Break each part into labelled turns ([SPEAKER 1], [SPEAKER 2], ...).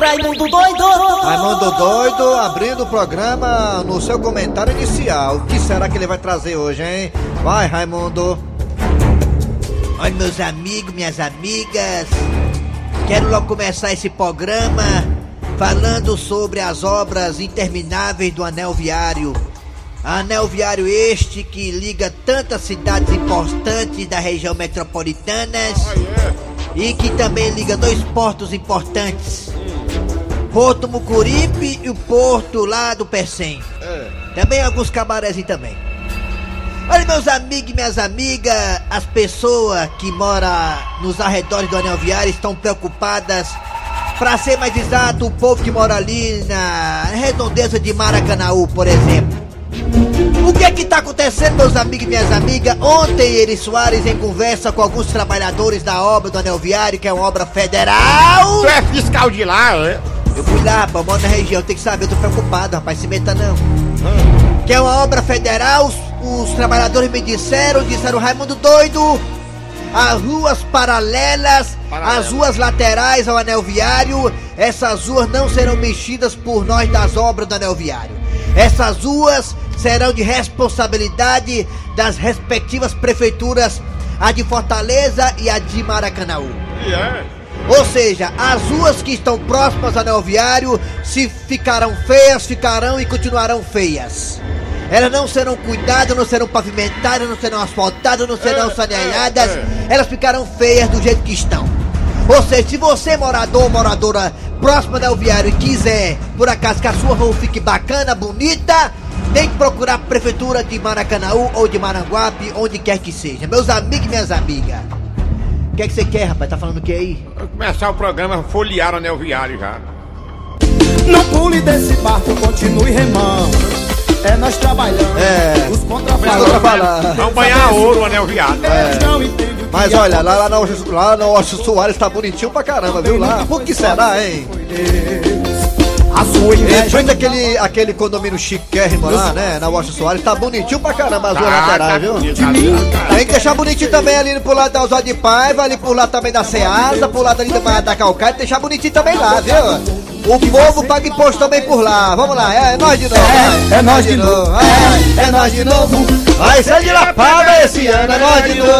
[SPEAKER 1] Raimundo doido!
[SPEAKER 2] Raimundo Doido abrindo o programa no seu comentário inicial. O que será que ele vai trazer hoje, hein? Vai, Raimundo.
[SPEAKER 3] Olha, meus amigos, minhas amigas, quero logo começar esse programa falando sobre as obras intermináveis do anel viário. Anel viário este que liga tantas cidades importantes da região metropolitana e que também liga dois portos importantes. Porto Mucuripe e o porto lá do Pecém. Também alguns cabarézinhos também. Olha, meus amigos e minhas amigas, as pessoas que moram nos arredores do Anel Viário estão preocupadas. Pra ser mais exato, o povo que mora ali na redondeza de Maracanaú, por exemplo. O que é que tá acontecendo, meus amigos e minhas amigas? Ontem, Eri Soares, em conversa com alguns trabalhadores da obra do Anel Viário, que é uma obra federal.
[SPEAKER 4] Tu é fiscal de lá, é?
[SPEAKER 3] Eu fui lá, rapaz, moro na região, tem que saber, eu tô preocupado, rapaz, se meta não. Que é uma obra federal, os, os trabalhadores me disseram, disseram Raimundo doido, as ruas paralelas,
[SPEAKER 4] Paralelas.
[SPEAKER 3] as ruas laterais ao anel viário, essas ruas não serão mexidas por nós das obras do anel viário. Essas ruas serão de responsabilidade das respectivas prefeituras, a de Fortaleza e a de Maracanaú.
[SPEAKER 4] E é?
[SPEAKER 3] Ou seja, as ruas que estão próximas ao anel viário se ficarão feias, ficarão e continuarão feias. Elas não serão cuidadas, não serão pavimentadas, não serão asfaltadas, não serão
[SPEAKER 4] É,
[SPEAKER 3] saneadas.
[SPEAKER 4] é,
[SPEAKER 3] Elas ficarão feias do jeito que estão. Ou seja, se você morador ou moradora próxima do anel viário e quiser, por acaso, que a sua rua fique bacana, bonita, tem que procurar a prefeitura de Maracanaú ou de Maranguape, onde quer que seja. Meus amigos e minhas amigas, o que é que você quer, rapaz? Tá falando o que aí?
[SPEAKER 4] Pra começar o programa, folhearam o anel viário já.
[SPEAKER 5] Não pule desse barco, continue remando. É nós trabalhando.
[SPEAKER 2] É.
[SPEAKER 5] Os
[SPEAKER 2] Mas
[SPEAKER 5] contrafalantes.
[SPEAKER 2] outra falar.
[SPEAKER 4] Vão banhar ouro o anel viário.
[SPEAKER 5] Eles não entendem o que é
[SPEAKER 2] Mas olha, lá, lá, na, Oxi- lá na Oxi Soares tá bonitinho pra caramba, viu lá? Por que será, hein?
[SPEAKER 5] A sua
[SPEAKER 2] Em
[SPEAKER 5] inveja.
[SPEAKER 2] frente àquele, aquele condomínio chiquérrimo lá, né? Na Oxi Soares, tá bonitinho pra caramba as ruas
[SPEAKER 4] Tá,
[SPEAKER 2] laterais,
[SPEAKER 4] tá
[SPEAKER 2] viu?
[SPEAKER 4] bonito, tá bonito, tá.
[SPEAKER 2] Tem que deixar bonitinho também ali pro lado da Osório de Paiva, ali pro lado também da Ceasa, pro lado ali da, da Calcaia, tem que deixar bonitinho também lá, viu? O povo paga imposto também por lá. Vamos lá, é, é nós de novo.
[SPEAKER 5] É, é nós de novo.
[SPEAKER 2] É, é nós de novo. Vai ser de Lapada esse ano, é nós de novo.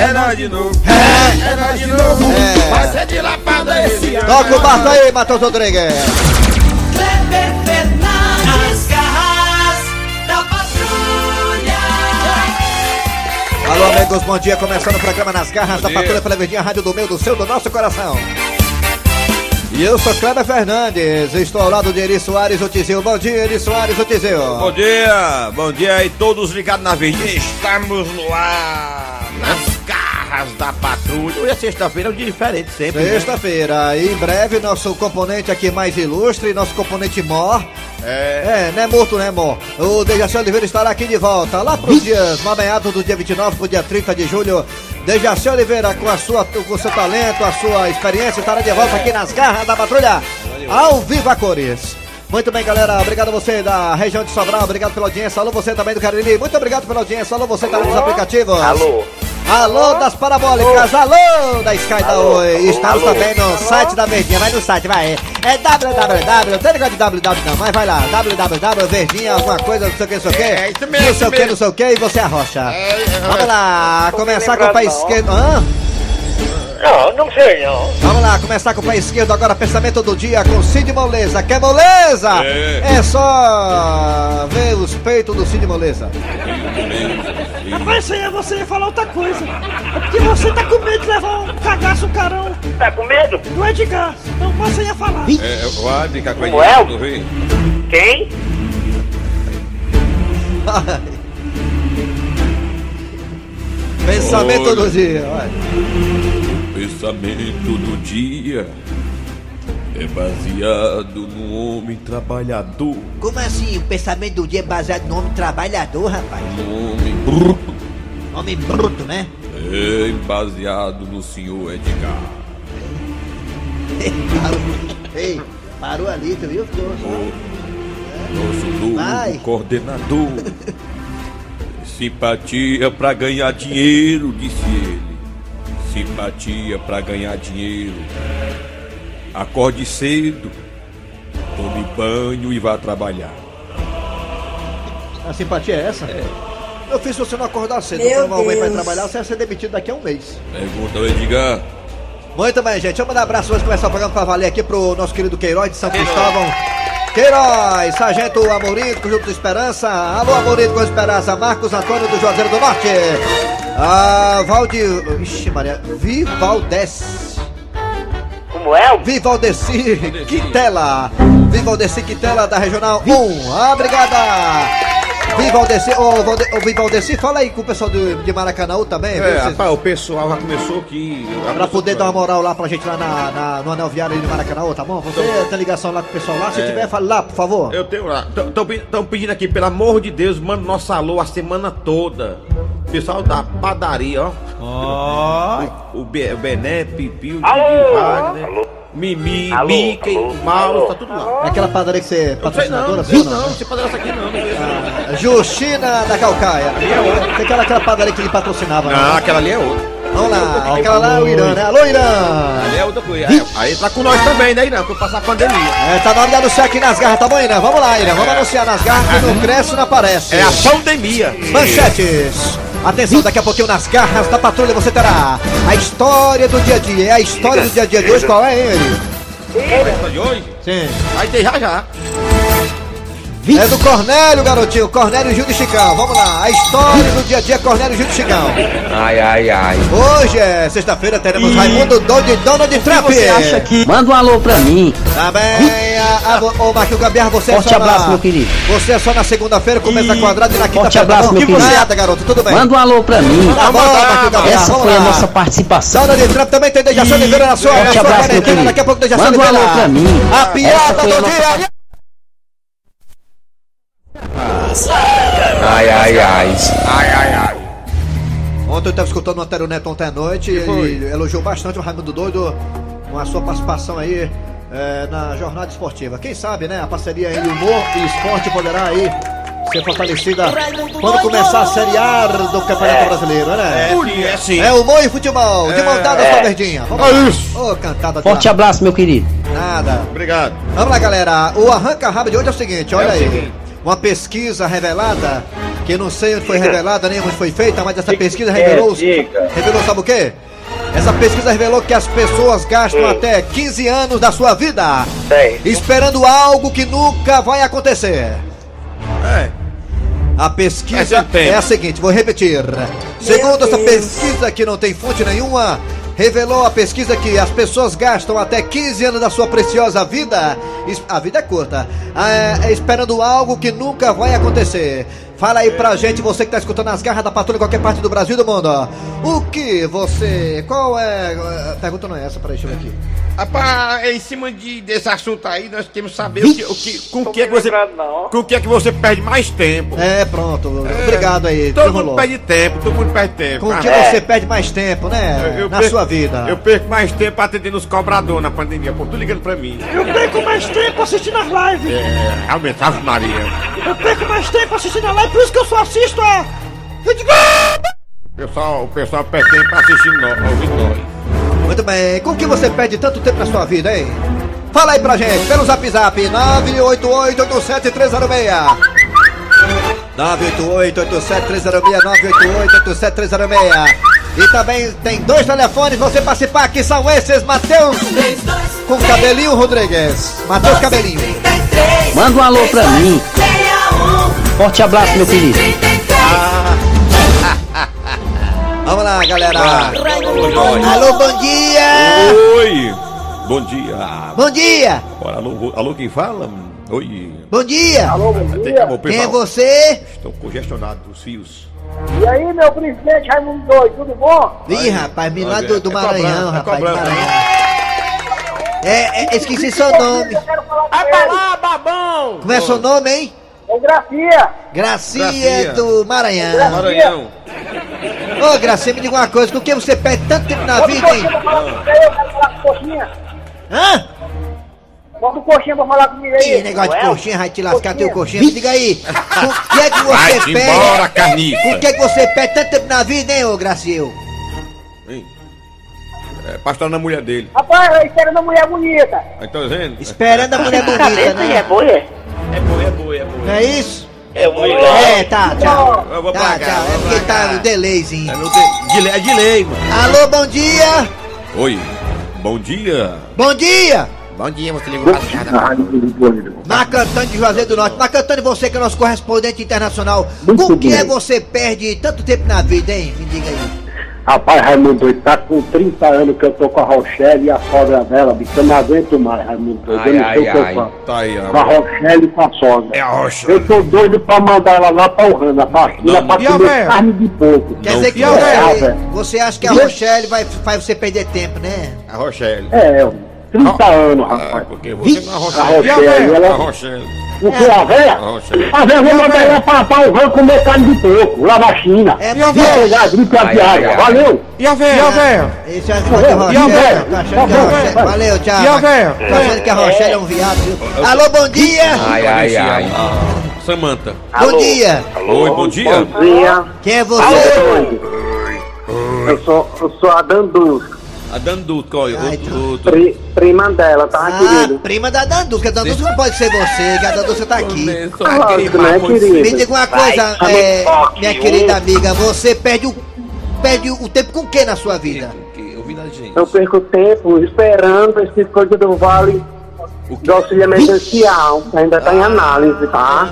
[SPEAKER 5] É nós de novo. É, é nós de novo.
[SPEAKER 2] É.
[SPEAKER 5] Vai ser de lapada esse ano.
[SPEAKER 4] né?
[SPEAKER 2] Toca o barco aí, Matheus Rodrigues.
[SPEAKER 6] Kleber Fernandes Garras da Patrulha.
[SPEAKER 2] Alô, amigos, bom dia. Começando o programa Nas Garras da Patrulha pela Verdinha, Rádio do Meu, do Seu, do Nosso Coração. E eu sou Cláudio Fernandes, estou ao lado de Eri Soares, o Tizil. Bom dia, Eri Soares, o Tizil.
[SPEAKER 7] Bom dia, bom dia aí todos ligados na verdinha.
[SPEAKER 4] Estamos no ar, nas garras da patrulha.
[SPEAKER 7] Hoje é sexta-feira, é um dia diferente sempre. né?
[SPEAKER 2] Sexta-feira, em breve, nosso componente aqui mais ilustre, nosso componente mor.
[SPEAKER 4] É,
[SPEAKER 2] É, né, morto, né, mor? O Dejaci Oliveira estará aqui de volta, lá pros dias, na meados do dia 29 pro dia 30 de julho. Dejaci Oliveira, com, a sua, com o seu talento, a sua experiência, estará de volta aqui nas garras da patrulha, ao vivo a cores. Muito bem, galera. Obrigado a você da região de Sobral. Obrigado pela audiência. Alô, você também do Cariri. Muito obrigado pela audiência. Alô, você também dos aplicativos. Alô. Alô das parabólicas, alô da Sky da Oi. Estamos também no site da Verdinha. Vai no site, vai. É www, não tem negócio de www não, mas vai lá. www, Verdinha, alguma coisa, não sei o que, não sei o que.
[SPEAKER 4] É, isso mesmo,
[SPEAKER 2] Não sei o
[SPEAKER 4] isso
[SPEAKER 2] que,
[SPEAKER 4] mesmo.
[SPEAKER 2] não sei o que, e você arrocha.
[SPEAKER 4] É, é,
[SPEAKER 2] Vamos lá, começar com o pé esquerdo. Hã?
[SPEAKER 8] Não, não sei não.
[SPEAKER 2] Vamos lá, começar com o pé esquerdo agora, pensamento do dia com Cid Moleza. Quer moleza? É, só ver os peitos do Cid Moleza.
[SPEAKER 8] Rapaz, isso aí é você ia falar outra coisa. É porque você tá com medo de levar um cagaço, um carão. Tá com medo? Do Edgar. Então você ia falar.
[SPEAKER 7] É, eu vou abrir com a coisa
[SPEAKER 8] Ué?
[SPEAKER 7] do Rio.
[SPEAKER 8] Quem?
[SPEAKER 2] pensamento
[SPEAKER 7] Olha.
[SPEAKER 2] do dia, olha.
[SPEAKER 7] Pensamento do dia é baseado no homem trabalhador,
[SPEAKER 3] Como assim? O pensamento do dia é baseado no homem trabalhador, rapaz?
[SPEAKER 7] no homem bruto,
[SPEAKER 3] Homem bruto, né?
[SPEAKER 7] é baseado no senhor Edgar.
[SPEAKER 3] Parou. Ei, parou ali, tu viu? Ficou
[SPEAKER 7] O
[SPEAKER 3] só-
[SPEAKER 7] nosso novo
[SPEAKER 3] Vai.
[SPEAKER 7] coordenador. Simpatia pra ganhar dinheiro, disse ele. Simpatia pra ganhar dinheiro.
[SPEAKER 9] Acorde cedo, tome banho e vá trabalhar.
[SPEAKER 3] A simpatia é essa? Meu filho, se você não acordar cedo,
[SPEAKER 2] Meu
[SPEAKER 3] não alguém pra
[SPEAKER 2] Deus.
[SPEAKER 3] trabalhar, você vai ser demitido daqui a um mês.
[SPEAKER 9] Pergunta ao Edgar.
[SPEAKER 3] Muito bem, gente. Vamos dar um abraço. Vamos começar o programa pra valer aqui pro nosso querido Queiroz de São Cristóvão. Queiroz, Sargento Amorito, Conjunto do Esperança. Alô, Amorito, Conjunto do Esperança. Marcos Antônio do Juazeiro do Norte. Ah, Valdir. Ixi, Maria. Vivaldes.
[SPEAKER 8] Como é?
[SPEAKER 3] Vivaldeci Quintela. Vivaldeci Quintela da Regional 1. Ah, obrigada. Vivaldeci. Ô, Valde, ô, Vivaldeci, fala aí com o pessoal do, de Maracanã também. viu?
[SPEAKER 7] É,
[SPEAKER 3] Vocês-
[SPEAKER 7] rapaz, o pessoal já começou que.
[SPEAKER 3] Pra poder dar uma moral lá pra gente lá na, na- no Anel Viário de Maracanã, tá bom? Você tem ligação lá com o pessoal lá, se
[SPEAKER 7] É.
[SPEAKER 3] tiver, fala lá, por favor.
[SPEAKER 7] Eu tenho lá. Estão pedindo aqui, pelo amor de Deus, manda nosso alô a semana toda. Pessoal da padaria, ó.
[SPEAKER 3] É
[SPEAKER 7] O, o, Be- o Bené, Pipio, Didi, Wagner, Mimi,
[SPEAKER 3] Alô,
[SPEAKER 7] Mickey,
[SPEAKER 3] alô,
[SPEAKER 7] Mauro, tá tudo lá.
[SPEAKER 3] É aquela padaria que você é
[SPEAKER 7] Não sei não,
[SPEAKER 3] patrocinadora,
[SPEAKER 7] não
[SPEAKER 3] sua,
[SPEAKER 7] sei
[SPEAKER 3] não?
[SPEAKER 7] não, você padaria essa aqui não, né? não conheço não.
[SPEAKER 3] Justina da Calcaia.
[SPEAKER 7] é
[SPEAKER 3] Tem aquela, aquela padaria que ele patrocinava, né?
[SPEAKER 7] Não, aquela ali é outra.
[SPEAKER 3] Vamos lá, aquela lá é o Irã, né? Alô, Irã!
[SPEAKER 7] Ali é outra coisa. Aí, aí tá com nós também, né, Irã? Pra eu passar a pandemia.
[SPEAKER 3] É, tá na hora de anunciar aqui nas garras, tá bom, Irã? Vamos lá, Irã, vamos anunciar nas garras que não cresce, não aparece.
[SPEAKER 7] É a pandemia.
[SPEAKER 3] Manchetes! Atenção, daqui a pouquinho nas garras da patrulha você terá a história do dia a dia. É a história do dia a dia de hoje, qual é ele?
[SPEAKER 7] De hoje?
[SPEAKER 3] Sim.
[SPEAKER 7] Aí tem já já.
[SPEAKER 3] É do Cornélio, garotinho. Cornélio Júlio e Chicão. Vamos lá. A história do dia a dia Cornélio Júlio e Chicão.
[SPEAKER 10] Ai, ai, ai.
[SPEAKER 3] Hoje é sexta-feira, teremos Raimundo Dono de Donald Trump.
[SPEAKER 10] Você acha que. Manda um alô pra mim.
[SPEAKER 3] Tá bem, a, a, ô Marquinhos Gabiarra, você
[SPEAKER 10] Forte
[SPEAKER 3] é só
[SPEAKER 10] abraço,
[SPEAKER 3] na,
[SPEAKER 10] meu querido.
[SPEAKER 3] Você é só na segunda-feira, começa a quadrada e na quinta-feira.
[SPEAKER 10] Forte abraço,
[SPEAKER 3] Não,
[SPEAKER 10] meu
[SPEAKER 3] que
[SPEAKER 10] querido.
[SPEAKER 3] Nada, garoto, tudo bem.
[SPEAKER 10] Manda um alô pra mim.
[SPEAKER 3] Tá bom, Marquinhos Gabiarra,
[SPEAKER 10] Essa
[SPEAKER 3] vamos
[SPEAKER 10] foi a
[SPEAKER 3] lá.
[SPEAKER 10] nossa participação.
[SPEAKER 3] Donald Trump também tem Dejaci Oliveira na sua, na
[SPEAKER 10] Forte
[SPEAKER 3] sua
[SPEAKER 10] abraço, meu
[SPEAKER 3] quarentena.
[SPEAKER 10] querido.
[SPEAKER 3] Daqui a pouco Dejaci
[SPEAKER 10] Manda um
[SPEAKER 3] Oliveira.
[SPEAKER 10] alô pra mim.
[SPEAKER 3] A
[SPEAKER 10] Essa
[SPEAKER 3] piada
[SPEAKER 10] foi a
[SPEAKER 3] do
[SPEAKER 10] nossa
[SPEAKER 3] dia.
[SPEAKER 10] Ai, ai, ai.
[SPEAKER 7] Ai, ai, ai.
[SPEAKER 3] Ontem eu estava escutando o Antero Neto ontem à noite e ele elogiou bastante o Raimundo Doido com a sua participação aí eh, na jornada esportiva. Quem sabe, né? A parceria entre humor e esporte poderá aí ser fortalecida quando começar a Série A do Campeonato Brasileiro, né?
[SPEAKER 7] É, sim, é sim.
[SPEAKER 3] É humor e futebol, de
[SPEAKER 7] É.
[SPEAKER 3] mão dada
[SPEAKER 7] É.
[SPEAKER 3] sua verdinha. Vamos
[SPEAKER 7] É
[SPEAKER 3] lá.
[SPEAKER 7] isso.
[SPEAKER 3] Ô, cantada de
[SPEAKER 10] Forte abraço, meu querido.
[SPEAKER 3] nada.
[SPEAKER 7] Obrigado.
[SPEAKER 3] Vamos lá, galera. O arranca-rabo de hoje é o seguinte, olha
[SPEAKER 7] É o
[SPEAKER 3] aí.
[SPEAKER 7] seguinte.
[SPEAKER 3] Uma pesquisa revelada, que eu não sei onde foi revelada, nem onde foi feita, mas essa pesquisa
[SPEAKER 11] é,
[SPEAKER 3] revelou... os-
[SPEAKER 11] diga.
[SPEAKER 3] Revelou sabe o quê? Essa pesquisa revelou que as pessoas gastam
[SPEAKER 7] Hum.
[SPEAKER 3] até 15 anos da sua vida esperando algo que nunca vai acontecer.
[SPEAKER 7] É.
[SPEAKER 3] A
[SPEAKER 7] Esse
[SPEAKER 3] pesquisa
[SPEAKER 7] é o
[SPEAKER 3] é
[SPEAKER 7] tema.
[SPEAKER 3] a seguinte, vou repetir. Segundo essa pesquisa que não tem fonte nenhuma, revelou a pesquisa que as pessoas gastam até 15 anos da sua preciosa vida, es- a vida é curta, é, é esperando algo que nunca vai acontecer. Fala aí pra gente, você que tá escutando as garras da patrulha em qualquer parte do Brasil e do mundo, ó. O que você. Qual é. é, Pergunta não é essa, peraí, deixa eu ver aqui.
[SPEAKER 7] Rapaz, em cima de, desse assunto aí, nós temos que saber o que, o que, com o que, é que você. Com o que é que você perde mais tempo.
[SPEAKER 3] É, pronto. Obrigado aí,
[SPEAKER 7] Todo
[SPEAKER 3] desenrolou.
[SPEAKER 7] mundo perde tempo, todo mundo perde tempo.
[SPEAKER 3] Com o que
[SPEAKER 7] Ah,
[SPEAKER 3] você perde mais tempo, né?
[SPEAKER 7] Eu- eu
[SPEAKER 3] na
[SPEAKER 7] perco-
[SPEAKER 3] sua vida.
[SPEAKER 7] Eu perco mais tempo atendendo os cobradores na pandemia, pô, tu ligando pra mim.
[SPEAKER 12] Eu perco mais tempo assistindo as lives.
[SPEAKER 7] É, realmente, Ave Maria.
[SPEAKER 12] Eu perco mais tempo assistindo a live, por isso que eu só assisto a. Rede Globo!
[SPEAKER 7] O pessoal, o pessoal perde tempo assistindo nós, ouvindo nós.
[SPEAKER 3] Muito bem, com o que você perde tanto tempo na sua vida, hein? Fala aí pra gente, pelo zap zap 988-87306. 988-87306, 988-87306. E também tem dois telefones pra você participar que são esses, Matheus com cabelinho Rodrigues. Matheus Cabelinho.
[SPEAKER 10] Manda um alô pra mim. Forte abraço, meu querido.
[SPEAKER 3] Vamos lá, galera.
[SPEAKER 9] Alô,
[SPEAKER 3] Alô, bom dia!
[SPEAKER 9] Oi! Bom dia!
[SPEAKER 3] Bom dia!
[SPEAKER 9] Ora, alô, alô, quem fala? Oi!
[SPEAKER 3] Bom dia!
[SPEAKER 11] Alô, bom
[SPEAKER 9] Tem
[SPEAKER 11] dia.
[SPEAKER 9] que amor,
[SPEAKER 3] Quem é
[SPEAKER 9] pessoal.
[SPEAKER 3] você?
[SPEAKER 9] Estou congestionado dos fios.
[SPEAKER 11] E aí, meu presidente Raimundo Doido, tudo bom?
[SPEAKER 3] Ih, rapaz, menino lá do, do
[SPEAKER 9] É cobrança,
[SPEAKER 3] Maranhão,
[SPEAKER 9] é
[SPEAKER 3] rapaz. do
[SPEAKER 9] cobrança.
[SPEAKER 3] Maranhão. É, é, esqueci seu nome.
[SPEAKER 11] Vai pra lá, babão!
[SPEAKER 3] Como é seu nome, hein?
[SPEAKER 11] É grafia!
[SPEAKER 3] Gracinha,
[SPEAKER 11] Gracinha.
[SPEAKER 3] do Maranhão.
[SPEAKER 11] Maranhão.
[SPEAKER 3] Ô, Gracinha, me diga uma coisa, com que você perde tanto tempo na
[SPEAKER 11] Bota o
[SPEAKER 3] vida, hein?
[SPEAKER 11] coxinha pra falar com você, eu quero falar com o coxinha.
[SPEAKER 3] Hã?
[SPEAKER 11] Bota o coxinha pra falar comigo aí.
[SPEAKER 3] Ih, negócio
[SPEAKER 8] é?
[SPEAKER 3] de coxinha, vai te lascar teu coxinha. Me diga aí, com que é que você
[SPEAKER 9] Vai-te
[SPEAKER 3] perde?
[SPEAKER 9] embora, carniça.
[SPEAKER 3] Com que é que você perde tanto tempo na vida, hein, ô Graciel?
[SPEAKER 9] Hein?
[SPEAKER 7] É, pastorando a mulher dele.
[SPEAKER 11] Rapaz, eu esperando a mulher bonita.
[SPEAKER 7] Aí tá dizendo?
[SPEAKER 3] Esperando a mulher bonita, né?
[SPEAKER 11] é boia?
[SPEAKER 7] É boi, é boi, é boi.
[SPEAKER 3] Não é isso?
[SPEAKER 7] É boi.
[SPEAKER 3] É, tá, tchau.
[SPEAKER 7] Eu vou
[SPEAKER 3] Tá,
[SPEAKER 7] pagar.
[SPEAKER 3] tchau. É porque tá no delayzinho.
[SPEAKER 7] É no de... de lei- é de lei, mano.
[SPEAKER 3] Alô, bom dia!
[SPEAKER 7] Oi, bom dia.
[SPEAKER 3] Bom dia!
[SPEAKER 7] Bom dia, você ligou pra casa.
[SPEAKER 3] Nacantane de Juazeiro do Norte. Nacantane, você que é nosso correspondente internacional. Por que é você perde tanto tempo na vida, hein? Me diga aí.
[SPEAKER 2] Rapaz, Raimundo doido, tá com 30 anos que eu tô com a Rochelle e a sogra dela, bicho, eu não aguento mais, Raimundo doido. eu não sei o que eu faço.
[SPEAKER 7] Tá aí, ó.
[SPEAKER 2] Com a Rochelle e com a sogra. É a Rochelle. Eu tô doido pra mandar ela lá pra Urana, pra China, pra
[SPEAKER 3] E a
[SPEAKER 2] comer
[SPEAKER 3] véia?
[SPEAKER 2] carne de porco.
[SPEAKER 3] Quer dizer que
[SPEAKER 7] Ah,
[SPEAKER 3] você, você acha que a Rochelle vai, faz você perder tempo, né?
[SPEAKER 7] A Rochelle.
[SPEAKER 2] É, eu- 30 anos, rapaz.
[SPEAKER 7] ah, Porque você não é a
[SPEAKER 2] A
[SPEAKER 7] Rochelle.
[SPEAKER 2] Rochelle, um-
[SPEAKER 7] A
[SPEAKER 2] ela...
[SPEAKER 7] Rochelle.
[SPEAKER 2] O que, a véia?
[SPEAKER 7] A Rochelle.
[SPEAKER 2] A véia, eu vou mandar ela pra, pra Urana comer carne de porco, lá na China. É,
[SPEAKER 3] mas-
[SPEAKER 2] pegar gripe a
[SPEAKER 3] Ai, ai, ai.
[SPEAKER 2] viagem, valeu!
[SPEAKER 3] E a velha? E a velha? Esse é o negócio da
[SPEAKER 2] E a
[SPEAKER 3] Rochelle.
[SPEAKER 2] véia?
[SPEAKER 3] Tá achando que a
[SPEAKER 2] E a
[SPEAKER 3] Rochelle-
[SPEAKER 2] véia?
[SPEAKER 3] Valeu, tchau.
[SPEAKER 2] E a véia?
[SPEAKER 3] Tá achando que a Rochelle é um viado, viu? Alô, bom dia!
[SPEAKER 7] Ai, ai, ai. Samanta.
[SPEAKER 3] Bom dia!
[SPEAKER 7] Oi, bom dia.
[SPEAKER 2] Bom dia.
[SPEAKER 3] Quem é você?
[SPEAKER 2] Eu sou, eu sou a Danduca,
[SPEAKER 7] A Danduca, olha. outro- outro-
[SPEAKER 2] pri- prima dela, tava
[SPEAKER 3] Ah,
[SPEAKER 2] querido.
[SPEAKER 3] prima da Danduca. Danduca não pode ser você, que a Danduca tá aqui.
[SPEAKER 2] Lógico, né, querido?
[SPEAKER 3] Me diga
[SPEAKER 7] tá
[SPEAKER 3] uma coisa,
[SPEAKER 2] Vai,
[SPEAKER 3] é,
[SPEAKER 2] chama o
[SPEAKER 3] minha
[SPEAKER 2] toque,
[SPEAKER 3] querida
[SPEAKER 2] ô.
[SPEAKER 3] amiga, você perde o, perde o tempo com o que na sua vida?
[SPEAKER 7] Eu vi na gente.
[SPEAKER 2] Eu perco tempo esperando esse coisa do Vale do Auxílio Emergencial, que ainda tá em
[SPEAKER 7] Ah.
[SPEAKER 2] análise, tá?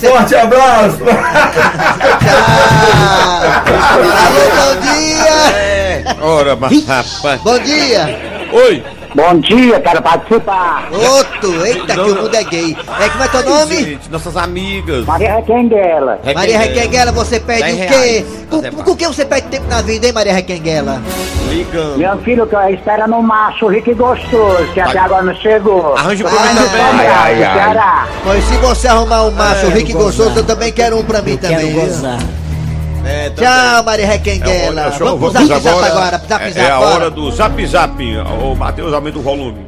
[SPEAKER 3] forte
[SPEAKER 2] abraço!
[SPEAKER 3] Alô, bom dia!
[SPEAKER 7] Ora, mas rapaz.
[SPEAKER 3] Bom dia!
[SPEAKER 7] Oi.
[SPEAKER 2] Bom dia, quero participar!
[SPEAKER 3] Outro, eita que o mundo é gay. É, como é teu nome?
[SPEAKER 7] Gente, nossas amigas.
[SPEAKER 2] Maria é Requenguela.
[SPEAKER 3] Maria Requenguela, você perde o
[SPEAKER 7] É Dez
[SPEAKER 3] quê?
[SPEAKER 7] reais. Até
[SPEAKER 3] Com, com o que você perde tempo na vida, hein, Maria Requenguela?
[SPEAKER 7] Ligando.
[SPEAKER 2] Meu filho, que espera no macho rico e gostoso, que até agora não chegou.
[SPEAKER 7] Arranja
[SPEAKER 2] o
[SPEAKER 7] pra mim também. Ai, ai, ai.
[SPEAKER 3] Pois se você arrumar um macho rico e gostoso, eu também quero um pra mim também. viu?
[SPEAKER 7] É, tá
[SPEAKER 3] Tchau, Maria
[SPEAKER 7] É, olha
[SPEAKER 3] Requenguela.
[SPEAKER 7] só,
[SPEAKER 3] Vamos pro zap
[SPEAKER 7] vamos
[SPEAKER 3] zap agora. Zap
[SPEAKER 7] É,
[SPEAKER 3] zap
[SPEAKER 7] é a
[SPEAKER 3] agora.
[SPEAKER 7] hora do zap zap. Ô, Matheus, aumenta o volume.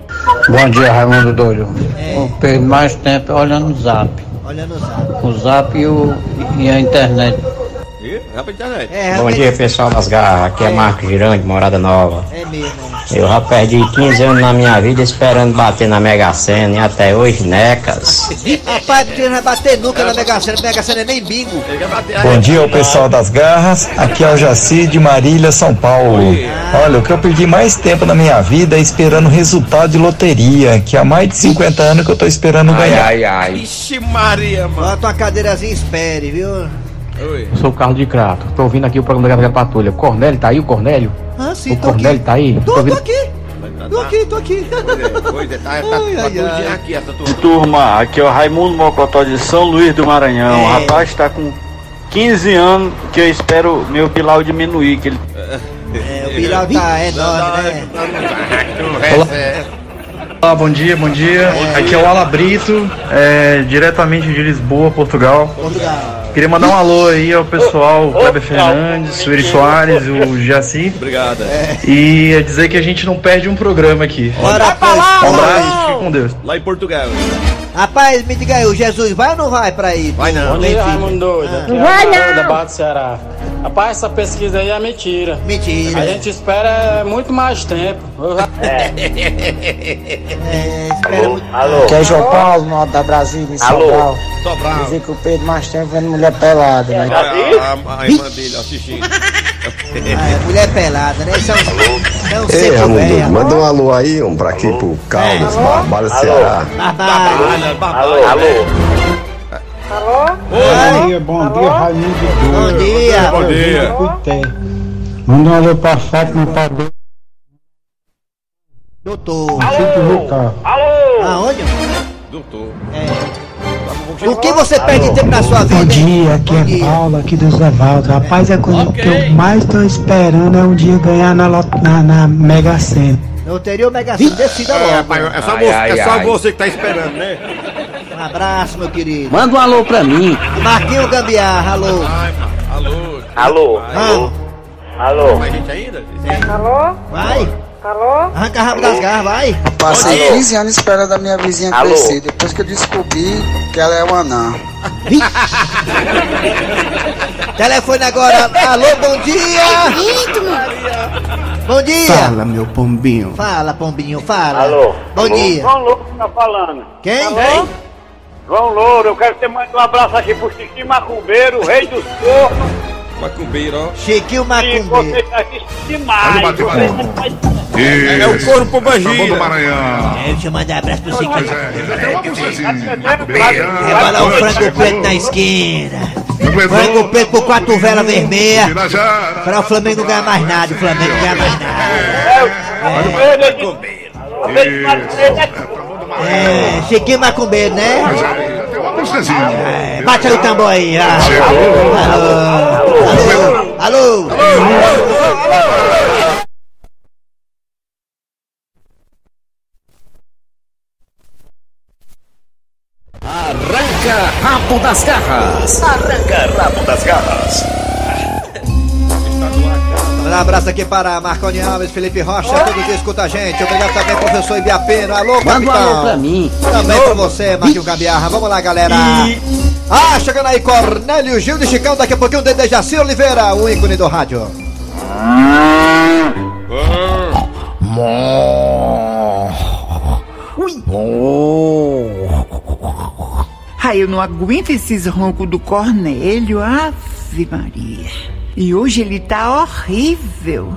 [SPEAKER 13] Bom dia, Raimundo Doido. Eu perco mais tempo olhando o zap.
[SPEAKER 3] Olhando o zap.
[SPEAKER 13] O zap e, o, e a internet.
[SPEAKER 7] Ih, tá vai pra internet.
[SPEAKER 3] É.
[SPEAKER 13] Bom dia, pessoal das garras. Aqui é Marco Girande, Morada Nova.
[SPEAKER 3] É mesmo.
[SPEAKER 13] Eu já perdi 15 anos na minha vida esperando bater na Mega Sena e até hoje né, necas.
[SPEAKER 3] Rapaz, porque ele não vai bater nunca na Mega Sena. Mega Sena é nem bingo. Ele quer bater
[SPEAKER 14] Bom dia, o pessoal das garras. Aqui é o Jaci de Marília, São Paulo. Olha, o que eu perdi mais tempo na minha vida é esperando resultado de loteria, que há mais de 50 anos que eu tô esperando ganhar.
[SPEAKER 7] Ixi, Maria, mano.
[SPEAKER 3] Bota uma cadeirazinha e espere, viu?
[SPEAKER 7] Oi.
[SPEAKER 15] Sou o Carlos de Crato. Tô ouvindo aqui o programa da Gabriela Patrulha. Cornélio tá aí, o Cornélio?
[SPEAKER 3] Ah, sim,
[SPEAKER 15] o
[SPEAKER 3] tô aqui.
[SPEAKER 15] Cornélio tá aí?
[SPEAKER 3] Tô,
[SPEAKER 15] ouvindo-
[SPEAKER 3] tô aqui. Tô aqui, tô aqui.
[SPEAKER 7] Pois é, tá, tá, tá tudinho aqui essa turma.
[SPEAKER 16] Turma, aqui é o Raimundo Mocotó de São Luís do Maranhão.
[SPEAKER 7] É.
[SPEAKER 16] O rapaz tá com 15 anos que eu espero meu pilau diminuir. Que ele...
[SPEAKER 3] É, o Bilal tá enorme, né?
[SPEAKER 7] é.
[SPEAKER 17] Olá, bom dia, bom dia. Aqui é o Alabrito, é, diretamente de Lisboa, Portugal. Queria mandar um alô aí ao pessoal, o Kleber Fernandes, o Eri Soares, o Jaci.
[SPEAKER 7] Obrigado.
[SPEAKER 17] E é dizer que a gente não perde um programa aqui.
[SPEAKER 3] Bora pra lá,
[SPEAKER 17] Um abraço,
[SPEAKER 3] Marão!
[SPEAKER 17] fique com Deus.
[SPEAKER 7] Lá em Portugal.
[SPEAKER 3] Rapaz, me diga aí, o Jesus vai ou não vai pra aí? Vai
[SPEAKER 18] Bom dia, Raimundo Doido. Aqui é
[SPEAKER 3] Vai
[SPEAKER 18] a
[SPEAKER 3] não.
[SPEAKER 18] Doida, Barra do Ceará. Rapaz, essa pesquisa aí é mentira.
[SPEAKER 3] Mentira.
[SPEAKER 18] A gente espera muito mais tempo.
[SPEAKER 3] Alô,
[SPEAKER 19] Que é João Paulo, norte da Brasília, em
[SPEAKER 7] Alô?
[SPEAKER 19] Sobral.
[SPEAKER 7] Sobral.
[SPEAKER 19] Dizem que o Pedro mais tempo vendo mulher pelada, né?
[SPEAKER 7] É, A, a, a irmã dele assistindo.
[SPEAKER 3] Ah, é Mulher pelada, né? Isso é um, é um
[SPEAKER 20] Ei,
[SPEAKER 3] seco
[SPEAKER 20] Raimundo,
[SPEAKER 3] velho.
[SPEAKER 20] manda um alô aí, um pra aqui pro Caldas, Barbara, Ceará.
[SPEAKER 3] Babado.
[SPEAKER 20] Alô, alô.
[SPEAKER 21] Bom dia, bom dia, Raimundo Doido.
[SPEAKER 3] Bom dia.
[SPEAKER 21] Bom dia. Manda um alô pra Fátima Padeiro.
[SPEAKER 3] Doutor.
[SPEAKER 21] Alô.
[SPEAKER 3] Aonde?
[SPEAKER 7] Doutor.
[SPEAKER 3] O que você perde tempo na sua vida?
[SPEAKER 21] Bom dia, aqui é Paulo, aqui dos Evaldo. Rapaz, é quando que eu mais tô esperando é um dia ganhar na, lot- na, na Mega Sena.
[SPEAKER 3] Eu teria o Mega Sena, decida
[SPEAKER 7] É,
[SPEAKER 3] logo.
[SPEAKER 7] rapaz, é só,
[SPEAKER 3] Ai,
[SPEAKER 7] você,
[SPEAKER 3] ai,
[SPEAKER 7] é só
[SPEAKER 3] ai.
[SPEAKER 7] você que tá esperando, né?
[SPEAKER 3] Um abraço, meu querido.
[SPEAKER 10] Manda um alô pra mim.
[SPEAKER 3] Marquinho Gambiarra, alô.
[SPEAKER 7] Alô.
[SPEAKER 3] Alô. Alô.
[SPEAKER 7] Alô. Mais gente ainda?
[SPEAKER 21] Alô?
[SPEAKER 3] Ah, Vai.
[SPEAKER 21] Alô?
[SPEAKER 3] Arranca a rabo das garras, vai.
[SPEAKER 19] Passei 15 anos esperando a minha vizinha
[SPEAKER 3] Alô?
[SPEAKER 19] crescer, depois que eu descobri que ela é uma anã.
[SPEAKER 3] Telefone agora. Alô, bom dia. Bom dia!
[SPEAKER 1] Fala, meu pombinho.
[SPEAKER 3] Fala, pombinho, fala.
[SPEAKER 1] Alô?
[SPEAKER 3] Bom
[SPEAKER 1] Alô?
[SPEAKER 3] dia.
[SPEAKER 1] João Louro tá falando.
[SPEAKER 3] Quem?
[SPEAKER 1] Alô? João Louro, eu quero que você mande um abraço aqui pro Chiquinho Macumbeiro, o rei dos cornos.
[SPEAKER 9] Macumbeiro, ó.
[SPEAKER 3] Chiquinho
[SPEAKER 1] Macumbeiro. E você tá aqui demais.
[SPEAKER 9] Olha o
[SPEAKER 1] Você tá
[SPEAKER 9] Macumbeiro.
[SPEAKER 1] faz-
[SPEAKER 9] É, é o corno pro Bangira.
[SPEAKER 22] Sambão do Maranhão.
[SPEAKER 23] É, deixa eu mandar um abraço pro Siquinho.
[SPEAKER 24] É
[SPEAKER 22] Tem uma músicazinha.
[SPEAKER 1] né?
[SPEAKER 23] Vai falar o frango preto na esquina. Frango preto por quatro velas vermelhas. Pra o Flamengo ganhar mais nada. O Flamengo ganhar mais nada. É, Chiquinho Macumbeiro, né? É, bate aí o tambor aí. ah. Alô? Alô? Alô?
[SPEAKER 6] Arranca rabo das garras. Arranca rabo das garras.
[SPEAKER 3] Mandar um abraço aqui para Marconi Alves, Felipe Rocha, todo dia escuta a gente. Obrigado também, professor Ibiapena. Alô,
[SPEAKER 10] Manda um
[SPEAKER 3] capitão.
[SPEAKER 10] alô pra mim.
[SPEAKER 3] Também pra você, Marquinho Gabiarra. Vamos lá, galera. Ah, chegando aí, Cornélio Gil de Chicão. Daqui a pouquinho, Dede Jaci Oliveira, o ícone do rádio.
[SPEAKER 5] Ai, Ah, eu não aguento esses roncos do Cornélio, ave Maria. E hoje ele tá horrível.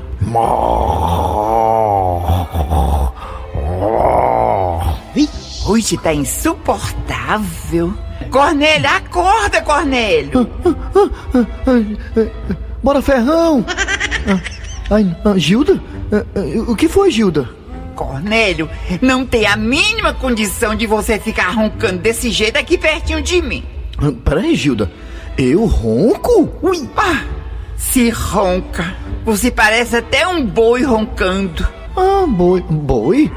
[SPEAKER 5] Ih, Hoje tá insuportável. Cornélio, acorda, Cornélio.
[SPEAKER 24] Bora, ferrão! Ah, Ai, ah, Gilda? Ah, ah, O que foi, Gilda?
[SPEAKER 5] Cornélio, não tem a mínima condição de você ficar roncando desse jeito aqui pertinho de mim.
[SPEAKER 24] Ah, Peraí, Gilda. Eu ronco?
[SPEAKER 5] Ui, pá! Ah, Se ronca. Você parece até um boi roncando.
[SPEAKER 24] Ah, boi. Boi?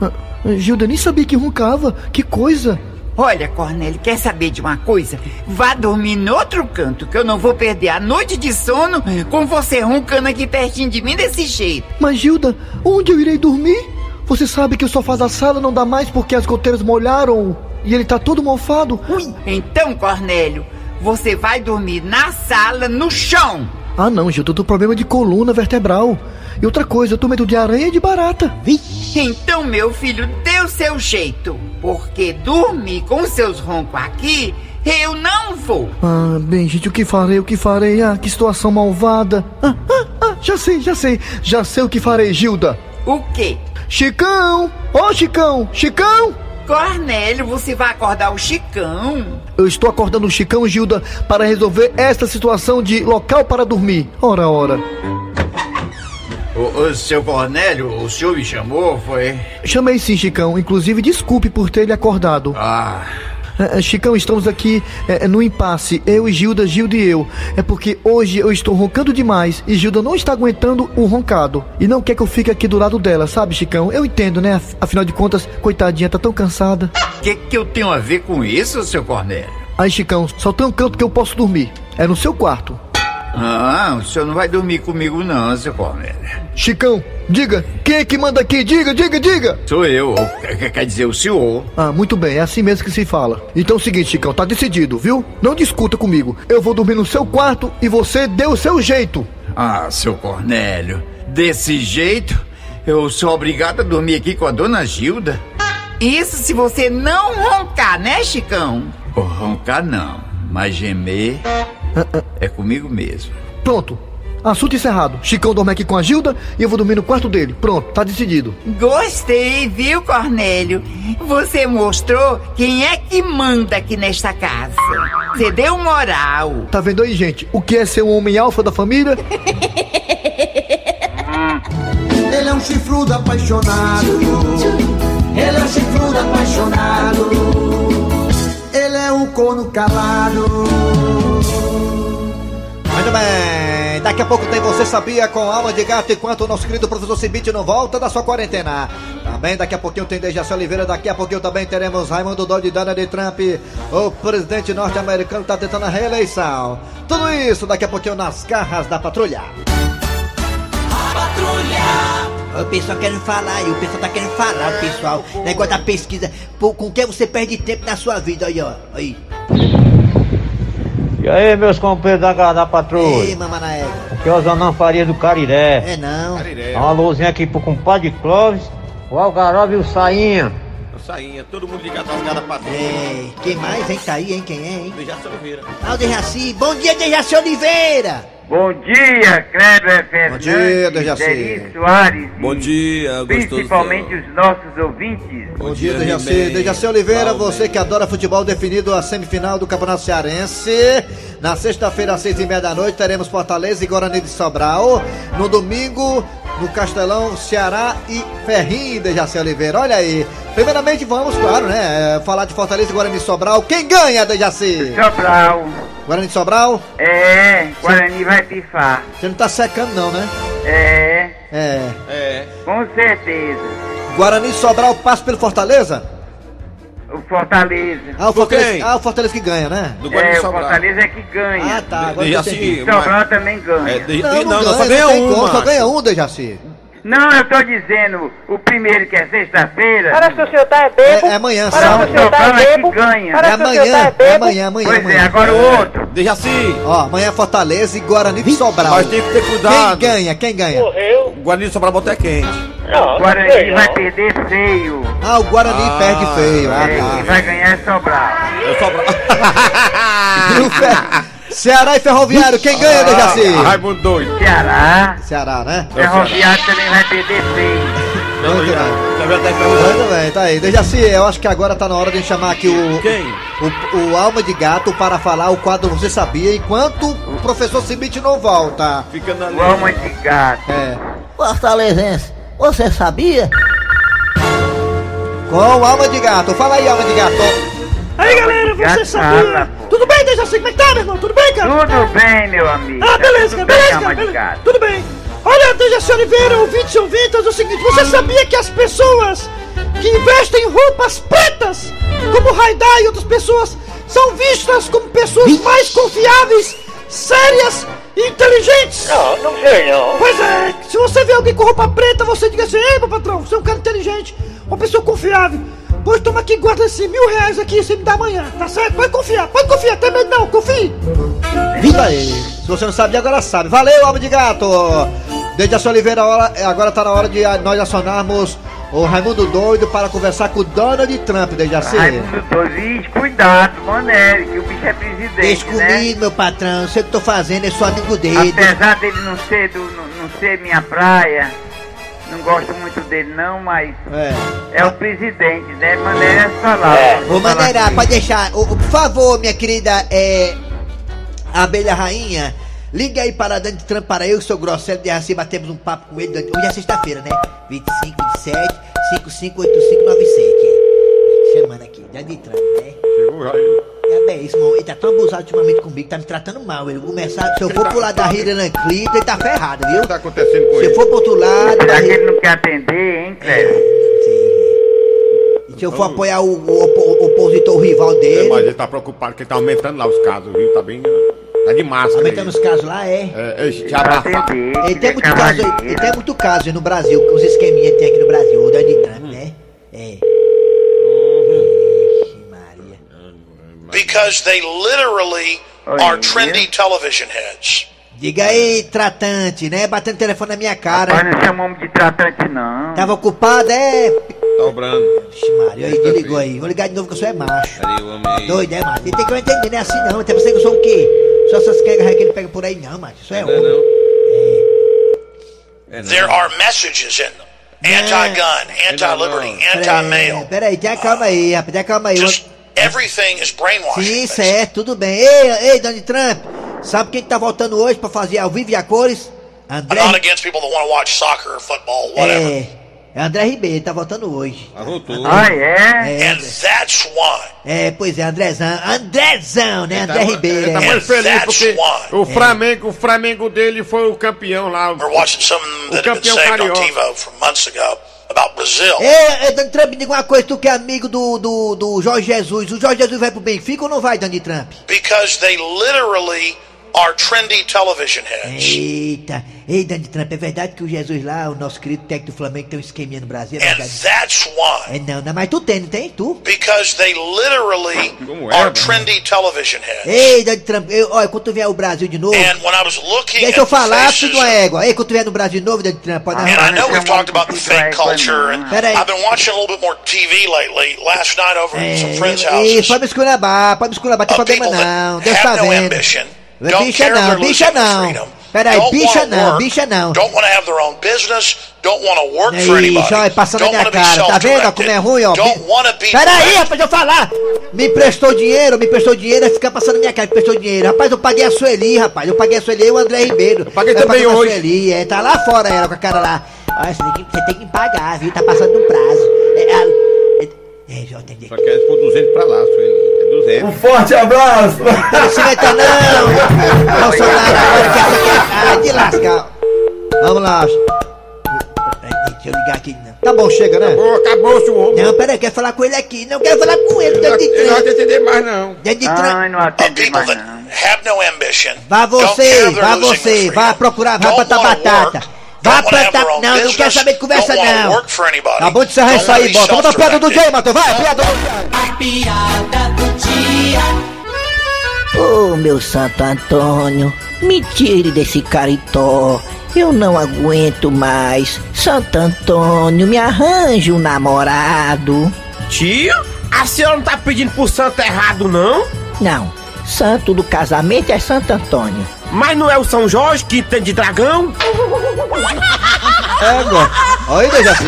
[SPEAKER 24] Ah, Gilda, nem sabia que roncava. Que coisa.
[SPEAKER 5] Olha, Cornélio, quer saber de uma coisa? Vá dormir no outro canto, que eu não vou perder a noite de sono com você roncando aqui pertinho de mim desse jeito.
[SPEAKER 24] Mas, Gilda, onde eu irei dormir? Você sabe que o sofá da sala não dá mais porque as goteiras molharam e ele tá todo mofado.
[SPEAKER 5] Então, Cornélio, você vai dormir na sala, no chão.
[SPEAKER 24] Ah, não, Gilda, eu tô com problema de coluna vertebral. E outra coisa, eu tô medo de aranha e de barata.
[SPEAKER 5] Então, meu filho, dê o seu jeito, porque dormir com seus roncos aqui, eu não vou.
[SPEAKER 24] Ah, bem, gente, o que farei, o que farei? Ah, que situação malvada. Ah, ah, ah, já sei, já sei. Já sei o que farei, Gilda.
[SPEAKER 5] O quê?
[SPEAKER 24] Chicão! Ô, Chicão! Chicão!
[SPEAKER 5] Cornélio, você vai acordar o Chicão?
[SPEAKER 24] Eu estou acordando o Chicão, Gilda, para resolver esta situação de local para dormir. Ora, ora.
[SPEAKER 25] O, o seu Cornélio, o senhor me chamou, foi?
[SPEAKER 24] Chamei sim, Chicão. Inclusive, desculpe por ter lhe acordado.
[SPEAKER 25] Ah.
[SPEAKER 24] Chicão, estamos aqui eh, no impasse. Eu e Gilda, Gilda e eu. É porque hoje eu estou roncando demais e Gilda não está aguentando o roncado. E não quer que eu fique aqui do lado dela, sabe, Chicão? Eu entendo, né? Af- Afinal de contas, coitadinha, tá tão cansada.
[SPEAKER 25] O que, que eu tenho a ver com isso, seu Cornélio?
[SPEAKER 24] Aí, Chicão, só tem um canto que eu posso dormir. É no seu quarto.
[SPEAKER 25] Ah, o senhor não vai dormir comigo não, seu Cornélio.
[SPEAKER 24] Chicão, diga, quem é que manda aqui? Diga, diga, diga!
[SPEAKER 25] Sou eu, ou quer- quer- quer dizer, o senhor.
[SPEAKER 24] Ah, muito bem, é assim mesmo que se fala. Então é o seguinte, Chicão, tá decidido, viu? Não discuta comigo. Eu vou dormir no seu quarto e você dê o seu jeito.
[SPEAKER 25] Ah, seu Cornélio, desse jeito, eu sou obrigado a dormir aqui com a dona Gilda.
[SPEAKER 5] Isso se você não roncar, né, Chicão?
[SPEAKER 25] Ô, roncar não, mas gemer
[SPEAKER 5] Ah,
[SPEAKER 25] é comigo mesmo.
[SPEAKER 24] Pronto. Assunto encerrado. Chicão dorme aqui com a Gilda e eu vou dormir no quarto dele. Pronto, tá decidido.
[SPEAKER 5] Gostei, viu, Cornélio? Você mostrou quem é que manda aqui nesta casa. Você deu moral.
[SPEAKER 24] Tá vendo aí, gente? O que é ser um homem alfa da família?
[SPEAKER 6] Ele é um chifrudo apaixonado. Ele é um chifrudo apaixonado. Ele é um corno calado.
[SPEAKER 3] Muito bem, daqui a pouco tem Você Sabia com Alma de Gato, enquanto o nosso querido professor Cibite não volta da sua quarentena. Também daqui a pouquinho tem Dejaci Oliveira, daqui a pouquinho também teremos Raimundo Dodd e Donald Trump, o presidente norte-americano está tentando a reeleição. Tudo isso daqui a pouquinho nas garras da patrulha.
[SPEAKER 23] O pessoal querendo falar aí, o pessoal tá querendo falar, o pessoal. Negócio da pesquisa. Pô, com que você perde tempo na sua vida, aí, ó. Aí.
[SPEAKER 13] E aí, meus companheiros da, da patroa?
[SPEAKER 3] Ei, mamanaega.
[SPEAKER 13] O que é Osanã Faria do Cariré?
[SPEAKER 3] É não.
[SPEAKER 13] Dá uma luzinha aqui pro compadre Clóvis, o Algarove e o Sainha.
[SPEAKER 7] Sainha, todo mundo ligado às gadas pra dentro.
[SPEAKER 3] É, quem mais, hein? Tá aí, hein? Quem é, hein?
[SPEAKER 7] Dejaci Oliveira.
[SPEAKER 3] Ah, o Dejaci. Bom dia, Dejaci Oliveira.
[SPEAKER 24] Bom dia, Kleber Fernandes. Bom
[SPEAKER 2] dia, Dejaci.
[SPEAKER 24] Soares.
[SPEAKER 26] Bom dia,
[SPEAKER 24] Principalmente os nossos ouvintes.
[SPEAKER 2] Bom dia, Dejaci. Dejaci Oliveira, você que adora futebol, definido a semifinal do Campeonato Cearense. Na sexta-feira, às seis e meia da noite, teremos Fortaleza e Guarani de Sobral. No domingo, no Castelão, Ceará e Ferrinho, Dejaci Oliveira. Olha aí. Primeiramente, vamos, claro, né? é, Falar de Fortaleza e Guarani de Sobral. Quem ganha, Dejaci?
[SPEAKER 24] Sobral.
[SPEAKER 2] Guarani de Sobral?
[SPEAKER 24] um. É, Guarani vai pifar.
[SPEAKER 2] Você não tá secando, não, né?
[SPEAKER 24] É,
[SPEAKER 2] É.
[SPEAKER 24] com certeza.
[SPEAKER 2] Guarani de Sobral passa pelo Fortaleza?
[SPEAKER 24] O Fortaleza.
[SPEAKER 2] Ah, o Fortaleza, ah, o Fortaleza que ganha, né?
[SPEAKER 24] É, o Fortaleza é que ganha. Ah,
[SPEAKER 2] tá, agora eu entendi.
[SPEAKER 24] Sobral também
[SPEAKER 7] É.
[SPEAKER 24] ganha.
[SPEAKER 2] Não, não, ganha, só ganha um, só ganha um, Dejaci.
[SPEAKER 24] Não, eu tô dizendo, o primeiro que é sexta-feira.
[SPEAKER 27] Parece que o senhor tá é bebo.
[SPEAKER 2] É, é amanhã,
[SPEAKER 24] Parece que o
[SPEAKER 27] tá
[SPEAKER 24] Sobral é que ganha.
[SPEAKER 2] É amanhã, é amanhã, amanhã.
[SPEAKER 24] Pois é,
[SPEAKER 2] amanhã.
[SPEAKER 24] agora o outro.
[SPEAKER 7] Dejaci.
[SPEAKER 2] Ó, amanhã é Fortaleza e Guarani de Sobral.
[SPEAKER 3] um.
[SPEAKER 7] Mas tem que ter cuidado.
[SPEAKER 2] Quem ganha? Quem ganha?
[SPEAKER 7] Eu. Guarani só pra botar é quente.
[SPEAKER 24] O Guarani vai perder feio.
[SPEAKER 2] Ah, o Guarani perde feio. Ah,
[SPEAKER 24] É,
[SPEAKER 2] tá.
[SPEAKER 24] quem vai ganhar é Sobral.
[SPEAKER 7] É Sobral.
[SPEAKER 2] Viu, Fer- Ceará e Ferroviário, quem
[SPEAKER 3] É
[SPEAKER 2] ganha,
[SPEAKER 3] assim.
[SPEAKER 2] Dejaci?
[SPEAKER 7] Ah, Raimundo doido.
[SPEAKER 24] Ceará.
[SPEAKER 2] Ceará, né?
[SPEAKER 24] Ferroviário também vai perder feio.
[SPEAKER 2] Muito bem. Muito bem, tá aí. Dejaci, eu acho que agora tá na hora de chamar aqui o.
[SPEAKER 7] Quem?
[SPEAKER 2] O, o Alma de Gato para falar o quadro Você Sabia, enquanto o professor Simit não volta.
[SPEAKER 7] Fica na
[SPEAKER 24] O alma de gato.
[SPEAKER 2] É.
[SPEAKER 3] Fortalezense, você sabia?
[SPEAKER 2] Com o Alma de Gato. Fala aí, Alma de Gato.
[SPEAKER 8] Aí galera, você
[SPEAKER 24] Gato,
[SPEAKER 8] sabia?
[SPEAKER 24] ah, tá.
[SPEAKER 8] Tudo bem, Dejaci? Como é que tá, meu irmão? Tudo bem, cara?
[SPEAKER 24] Tudo bem, meu amigo. Tá
[SPEAKER 8] Ah, beleza, cara,
[SPEAKER 24] Tudo
[SPEAKER 8] beleza,
[SPEAKER 24] bem, alma
[SPEAKER 8] cara,
[SPEAKER 24] de
[SPEAKER 8] beleza.
[SPEAKER 24] gato.
[SPEAKER 8] Tudo bem. Olha, Dejaci Oliveira, ouvintes e ouvintas, é o seguinte: você
[SPEAKER 7] Hum.
[SPEAKER 8] sabia que as pessoas que investem em roupas pretas, como Raidar e outras pessoas, são vistas como pessoas mais confiáveis, sérias e inteligentes?
[SPEAKER 27] Não, não sei não.
[SPEAKER 8] Pois é, se você vê alguém com roupa preta, você diga assim: Ei, meu patrão, você é um cara inteligente, uma pessoa confiável. Pois toma aqui, guarda esses mil reais aqui, você me dá amanhã, tá certo? Pode confiar, pode confiar, tem medo não, confie.
[SPEAKER 2] Isso aí. Se você não sabe, agora sabe. Valeu, Alma de Gato. Dejaci Oliveira, hora- agora tá na hora de ah, nós acionarmos o Raimundo Doido para conversar com o Donald Trump, assim. Dejaci.
[SPEAKER 24] Raimundo Doido, cuidado, Manelli, que o bicho é presidente,
[SPEAKER 3] Deixa
[SPEAKER 24] né?
[SPEAKER 3] comigo, meu patrão. Eu sei o que tô fazendo, eu sou amigo dele.
[SPEAKER 24] Apesar dele não ser, do, não, não ser minha praia, não gosto muito dele não, mas é, o presidente, né? Manelli
[SPEAKER 3] É.
[SPEAKER 24] as palavras.
[SPEAKER 3] Ô, Maneira, pode deixar. Ô, ô, por favor, minha querida é, Abelha Rainha, liga aí para Dante Trump, para eu, seu Grosselio de Raci, batemos um papo com ele. durante- Hoje é sexta-feira, né? 25, 27, 558597. Chamando aqui, Dante Trump, né? É bem isso, irmão. Ele tá tão abusado ultimamente comigo, tá me tratando mal. Ele começar, se eu for pro lado da Hillary Clinton, ele tá ferrado, tá viu?
[SPEAKER 7] Tá acontecendo com
[SPEAKER 3] Se eu
[SPEAKER 7] ele.
[SPEAKER 3] for pro outro lado, da
[SPEAKER 24] Será que
[SPEAKER 3] Hillary-
[SPEAKER 24] ele não quer atender, hein,
[SPEAKER 3] É.
[SPEAKER 24] Cléber?
[SPEAKER 3] se eu for apoiar o, o opo- opositor rival
[SPEAKER 7] É,
[SPEAKER 3] dele,
[SPEAKER 7] mas ele tá preocupado que ele tá aumentando lá os casos, viu? Tá bem. Tá de máscara.
[SPEAKER 3] aumentando os casos lá, é.
[SPEAKER 7] É, é, já abafado.
[SPEAKER 3] E Tá.
[SPEAKER 24] é
[SPEAKER 3] tem muito caso, aí- e tem muito caso aí no Brasil, que os esqueminha tem aqui no Brasil, o Donald Trump, né? É.
[SPEAKER 28] because they literally are trendy television heads.
[SPEAKER 3] Diga aí, tratante, né? Batendo telefone na minha
[SPEAKER 24] Mas
[SPEAKER 7] né?
[SPEAKER 24] não
[SPEAKER 3] cara.
[SPEAKER 24] chamamos de tratante, não.
[SPEAKER 3] Tava ocupado, é?
[SPEAKER 7] Tá obrando.
[SPEAKER 3] Vixe, Maria, aí, me ligou aí. Vou ligar de novo que eu sou é macho.
[SPEAKER 7] Peraí, o homem aí.
[SPEAKER 3] Doido, é, macho? E tem que eu entender, não é assim não. Até você que eu sou o quê? Só essas quegas que ele pega por aí, não, macho. Isso é
[SPEAKER 7] Não é
[SPEAKER 3] homem. É.
[SPEAKER 28] There are messages in them.
[SPEAKER 3] Né?
[SPEAKER 28] Anti-gun,
[SPEAKER 7] é
[SPEAKER 28] anti-liberty,
[SPEAKER 3] Peraí,
[SPEAKER 28] anti-male.
[SPEAKER 3] peraí, tenha calma aí, rapaz, tenha calma aí.
[SPEAKER 28] Everything is brainwashed.
[SPEAKER 3] Sim, certo, tudo bem. Ei, ei, Donald Trump, sabe quem que tá voltando hoje pra fazer ao vivo e a cores?
[SPEAKER 28] I'm
[SPEAKER 3] André
[SPEAKER 28] not against people that want to watch soccer or football, whatever.
[SPEAKER 3] né? É, é André Ribeiro, tá voltando hoje.
[SPEAKER 24] Ah, é?
[SPEAKER 28] And that's why.
[SPEAKER 3] É, pois é, Andrezão. Andrezão, né? André Ribeiro.
[SPEAKER 7] Ele tá
[SPEAKER 3] é.
[SPEAKER 7] muito feliz porque o
[SPEAKER 3] É.
[SPEAKER 7] Flamengo, o Flamengo dele foi o campeão lá.
[SPEAKER 28] We're watching something that had been
[SPEAKER 7] campeão
[SPEAKER 28] saved on
[SPEAKER 7] carioca.
[SPEAKER 28] TiVo from months ago about
[SPEAKER 3] É,
[SPEAKER 28] Brazil.
[SPEAKER 3] Ei, ei, Donald Trump, me diga uma coisa, tu que é amigo do, do, do Jorge Jesus. O Jorge Jesus vai pro Benfica ou não vai, Donald Trump?
[SPEAKER 28] Because they literally
[SPEAKER 24] are trendy television heads.
[SPEAKER 29] Eita, ei, Dani Trump, é verdade que o Jesus lá, o nosso querido técnico do Flamengo, tem um esqueminha no Brasil? É
[SPEAKER 24] And
[SPEAKER 29] verdade?
[SPEAKER 24] that's why,
[SPEAKER 29] É não, não, mas tu tem, não tem? Tu?
[SPEAKER 24] because they literally
[SPEAKER 29] é,
[SPEAKER 24] are
[SPEAKER 29] mano?
[SPEAKER 24] trendy television heads.
[SPEAKER 29] Ei, Dani Trump, eu, olha, quando tu vier ao Brasil de novo.
[SPEAKER 7] É,
[SPEAKER 24] And when I was looking
[SPEAKER 29] Deixa eu
[SPEAKER 24] at
[SPEAKER 29] falar,
[SPEAKER 24] faces,
[SPEAKER 29] filho de uma égua. Ei, quando tu vier no Brasil de novo, Dani Trump, pode
[SPEAKER 24] and I know we've talked about the fake culture, and
[SPEAKER 29] Pera aí.
[SPEAKER 24] I've been watching a little bit more TV lately. Last night over at some friends'
[SPEAKER 29] Ei,
[SPEAKER 24] houses,
[SPEAKER 29] pode me escurabar, pode me escurabar, tem problema não, Deus tá
[SPEAKER 24] have no
[SPEAKER 29] vendo.
[SPEAKER 24] ambition, don't
[SPEAKER 29] Bicha
[SPEAKER 24] care if they're
[SPEAKER 29] não, bicha
[SPEAKER 24] losing their
[SPEAKER 29] não.
[SPEAKER 24] freedom,
[SPEAKER 29] Peraí,
[SPEAKER 24] don't
[SPEAKER 29] bicha
[SPEAKER 24] want to
[SPEAKER 29] não,
[SPEAKER 24] work,
[SPEAKER 29] bicha não.
[SPEAKER 24] don't want to have their own business, don't want to work for
[SPEAKER 29] Ixi,
[SPEAKER 24] anybody,
[SPEAKER 29] olha, passando na
[SPEAKER 24] don't
[SPEAKER 29] minha
[SPEAKER 24] want to be
[SPEAKER 29] cara, tá vendo ó, como é
[SPEAKER 24] self-directed,
[SPEAKER 29] ruim, ó?
[SPEAKER 24] don't want to be
[SPEAKER 29] Peraí, rapaz, deixa eu falar! Me emprestou dinheiro, me emprestou dinheiro, aí fica passando na minha cara, me emprestou dinheiro. Rapaz, eu paguei a Sueli, rapaz, eu paguei a Sueli e o André Ribeiro. Eu paguei
[SPEAKER 7] também hoje.
[SPEAKER 29] A Sueli, é, tá lá fora ela com a cara lá. Olha, você tem que, você tem que pagar, viu? Tá passando do prazo. É, a-
[SPEAKER 7] Só que é por 200 pra lá, só ele. É 200. Um
[SPEAKER 29] forte
[SPEAKER 7] abraço!
[SPEAKER 29] tá, Não se meta não! Bolsonaro agora quer ficar ah, de lascar. Vamos lá. Deixa eu ligar aqui não. Tá bom, chega, né?
[SPEAKER 7] Acabou, acabou, senhor.
[SPEAKER 29] Não, peraí, quero falar com ele aqui. Não quero falar com ele,
[SPEAKER 3] é
[SPEAKER 29] Dante Trump.
[SPEAKER 24] ele não vai
[SPEAKER 7] atender mais, não.
[SPEAKER 29] Dante
[SPEAKER 24] Ai,
[SPEAKER 29] Trump.
[SPEAKER 24] não atende mais não. Have no ambition.
[SPEAKER 29] Vá você,
[SPEAKER 24] Don't care they're
[SPEAKER 29] vá
[SPEAKER 24] losing their
[SPEAKER 29] você,
[SPEAKER 24] freedom.
[SPEAKER 29] vá procurar, vá plantar batata. Vá plantar. Não, não quero saber de conversa não. Acabou de se arrançar aí, bota. Bota a piada do dia, Matheus. Vai, piada do
[SPEAKER 6] A piada do dia.
[SPEAKER 30] Ô meu Santo Antônio, me tire desse caritó. Eu não aguento mais. Santo Antônio, me arranje um namorado.
[SPEAKER 7] Tia, a senhora não tá pedindo pro santo errado, não?
[SPEAKER 30] Não, santo do casamento é Santo Antônio.
[SPEAKER 7] Mas não é o São Jorge que tem de dragão?
[SPEAKER 3] Égua. Olha aí, Dejaci.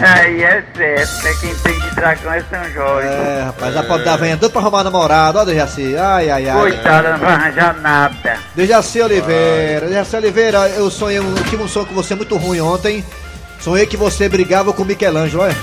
[SPEAKER 2] Aí é certo, é quem tem de dragão é São Jorge.
[SPEAKER 3] É, rapaz, a pobre da venha, doido pra arrumar namorado, ó, Dejaci. Ai, ai, ai.
[SPEAKER 2] Coitada, não vai arranjar nada.
[SPEAKER 3] Dejaci Oliveira, Dejaci Oliveira, eu sonhei, um- eu tive um sonho com você muito ruim ontem. Sonhei que você brigava com o Michelangelo, olha.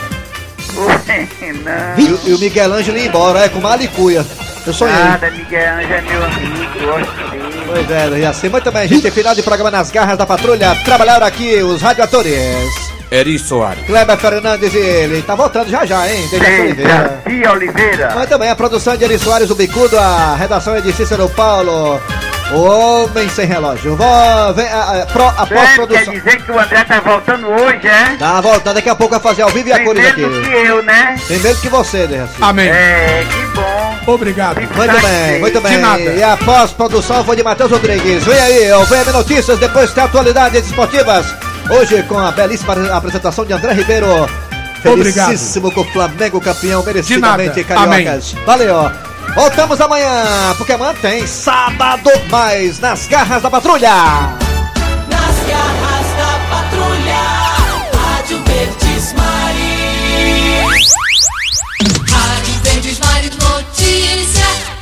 [SPEAKER 2] Ué, não.
[SPEAKER 3] E, o- e o Michelangelo ia embora, é, com malicuia. Eu sonhei.
[SPEAKER 2] Nada, Miguel Ângelo é meu amigo, gosto dele.
[SPEAKER 3] Pois é, Dejaci, mas também a gente tem final de programa nas garras da patrulha. Trabalharam aqui os radioatores.
[SPEAKER 8] Eri Soares.
[SPEAKER 3] Kleber Fernandes e ele. Tá voltando já já, hein? Dejaci Oliveira.
[SPEAKER 2] Dejaci Oliveira.
[SPEAKER 3] Mas também a produção é de Eri Soares, o Bicudo, a redação é de Cícero Paulo, o Homem Sem Relógio. Vó, vem, a, a, pro, a
[SPEAKER 2] Certo, quer
[SPEAKER 3] pós-produção.
[SPEAKER 2] dizer que o André tá voltando hoje, é?
[SPEAKER 3] Tá voltando, daqui a pouco vai fazer ao vivo e a cores aqui.
[SPEAKER 2] Primeiro que eu, né?
[SPEAKER 3] Primeiro que você, né?
[SPEAKER 2] Amém. É, que bom.
[SPEAKER 8] Obrigado.
[SPEAKER 3] Muito bem, muito bem. E a pós-produção foi de Matheus Rodrigues. Vem aí, o VM Notícias, depois tem atualidades esportivas. Hoje com a belíssima apresentação de André Ribeiro.
[SPEAKER 8] Obrigado.
[SPEAKER 3] Felicíssimo com o Flamengo campeão, merecidamente,
[SPEAKER 8] De nada. Amém.
[SPEAKER 3] cariocas. Valeu. Voltamos amanhã, porque amanhã tem sábado mais nas garras da patrulha.
[SPEAKER 6] Nas garras.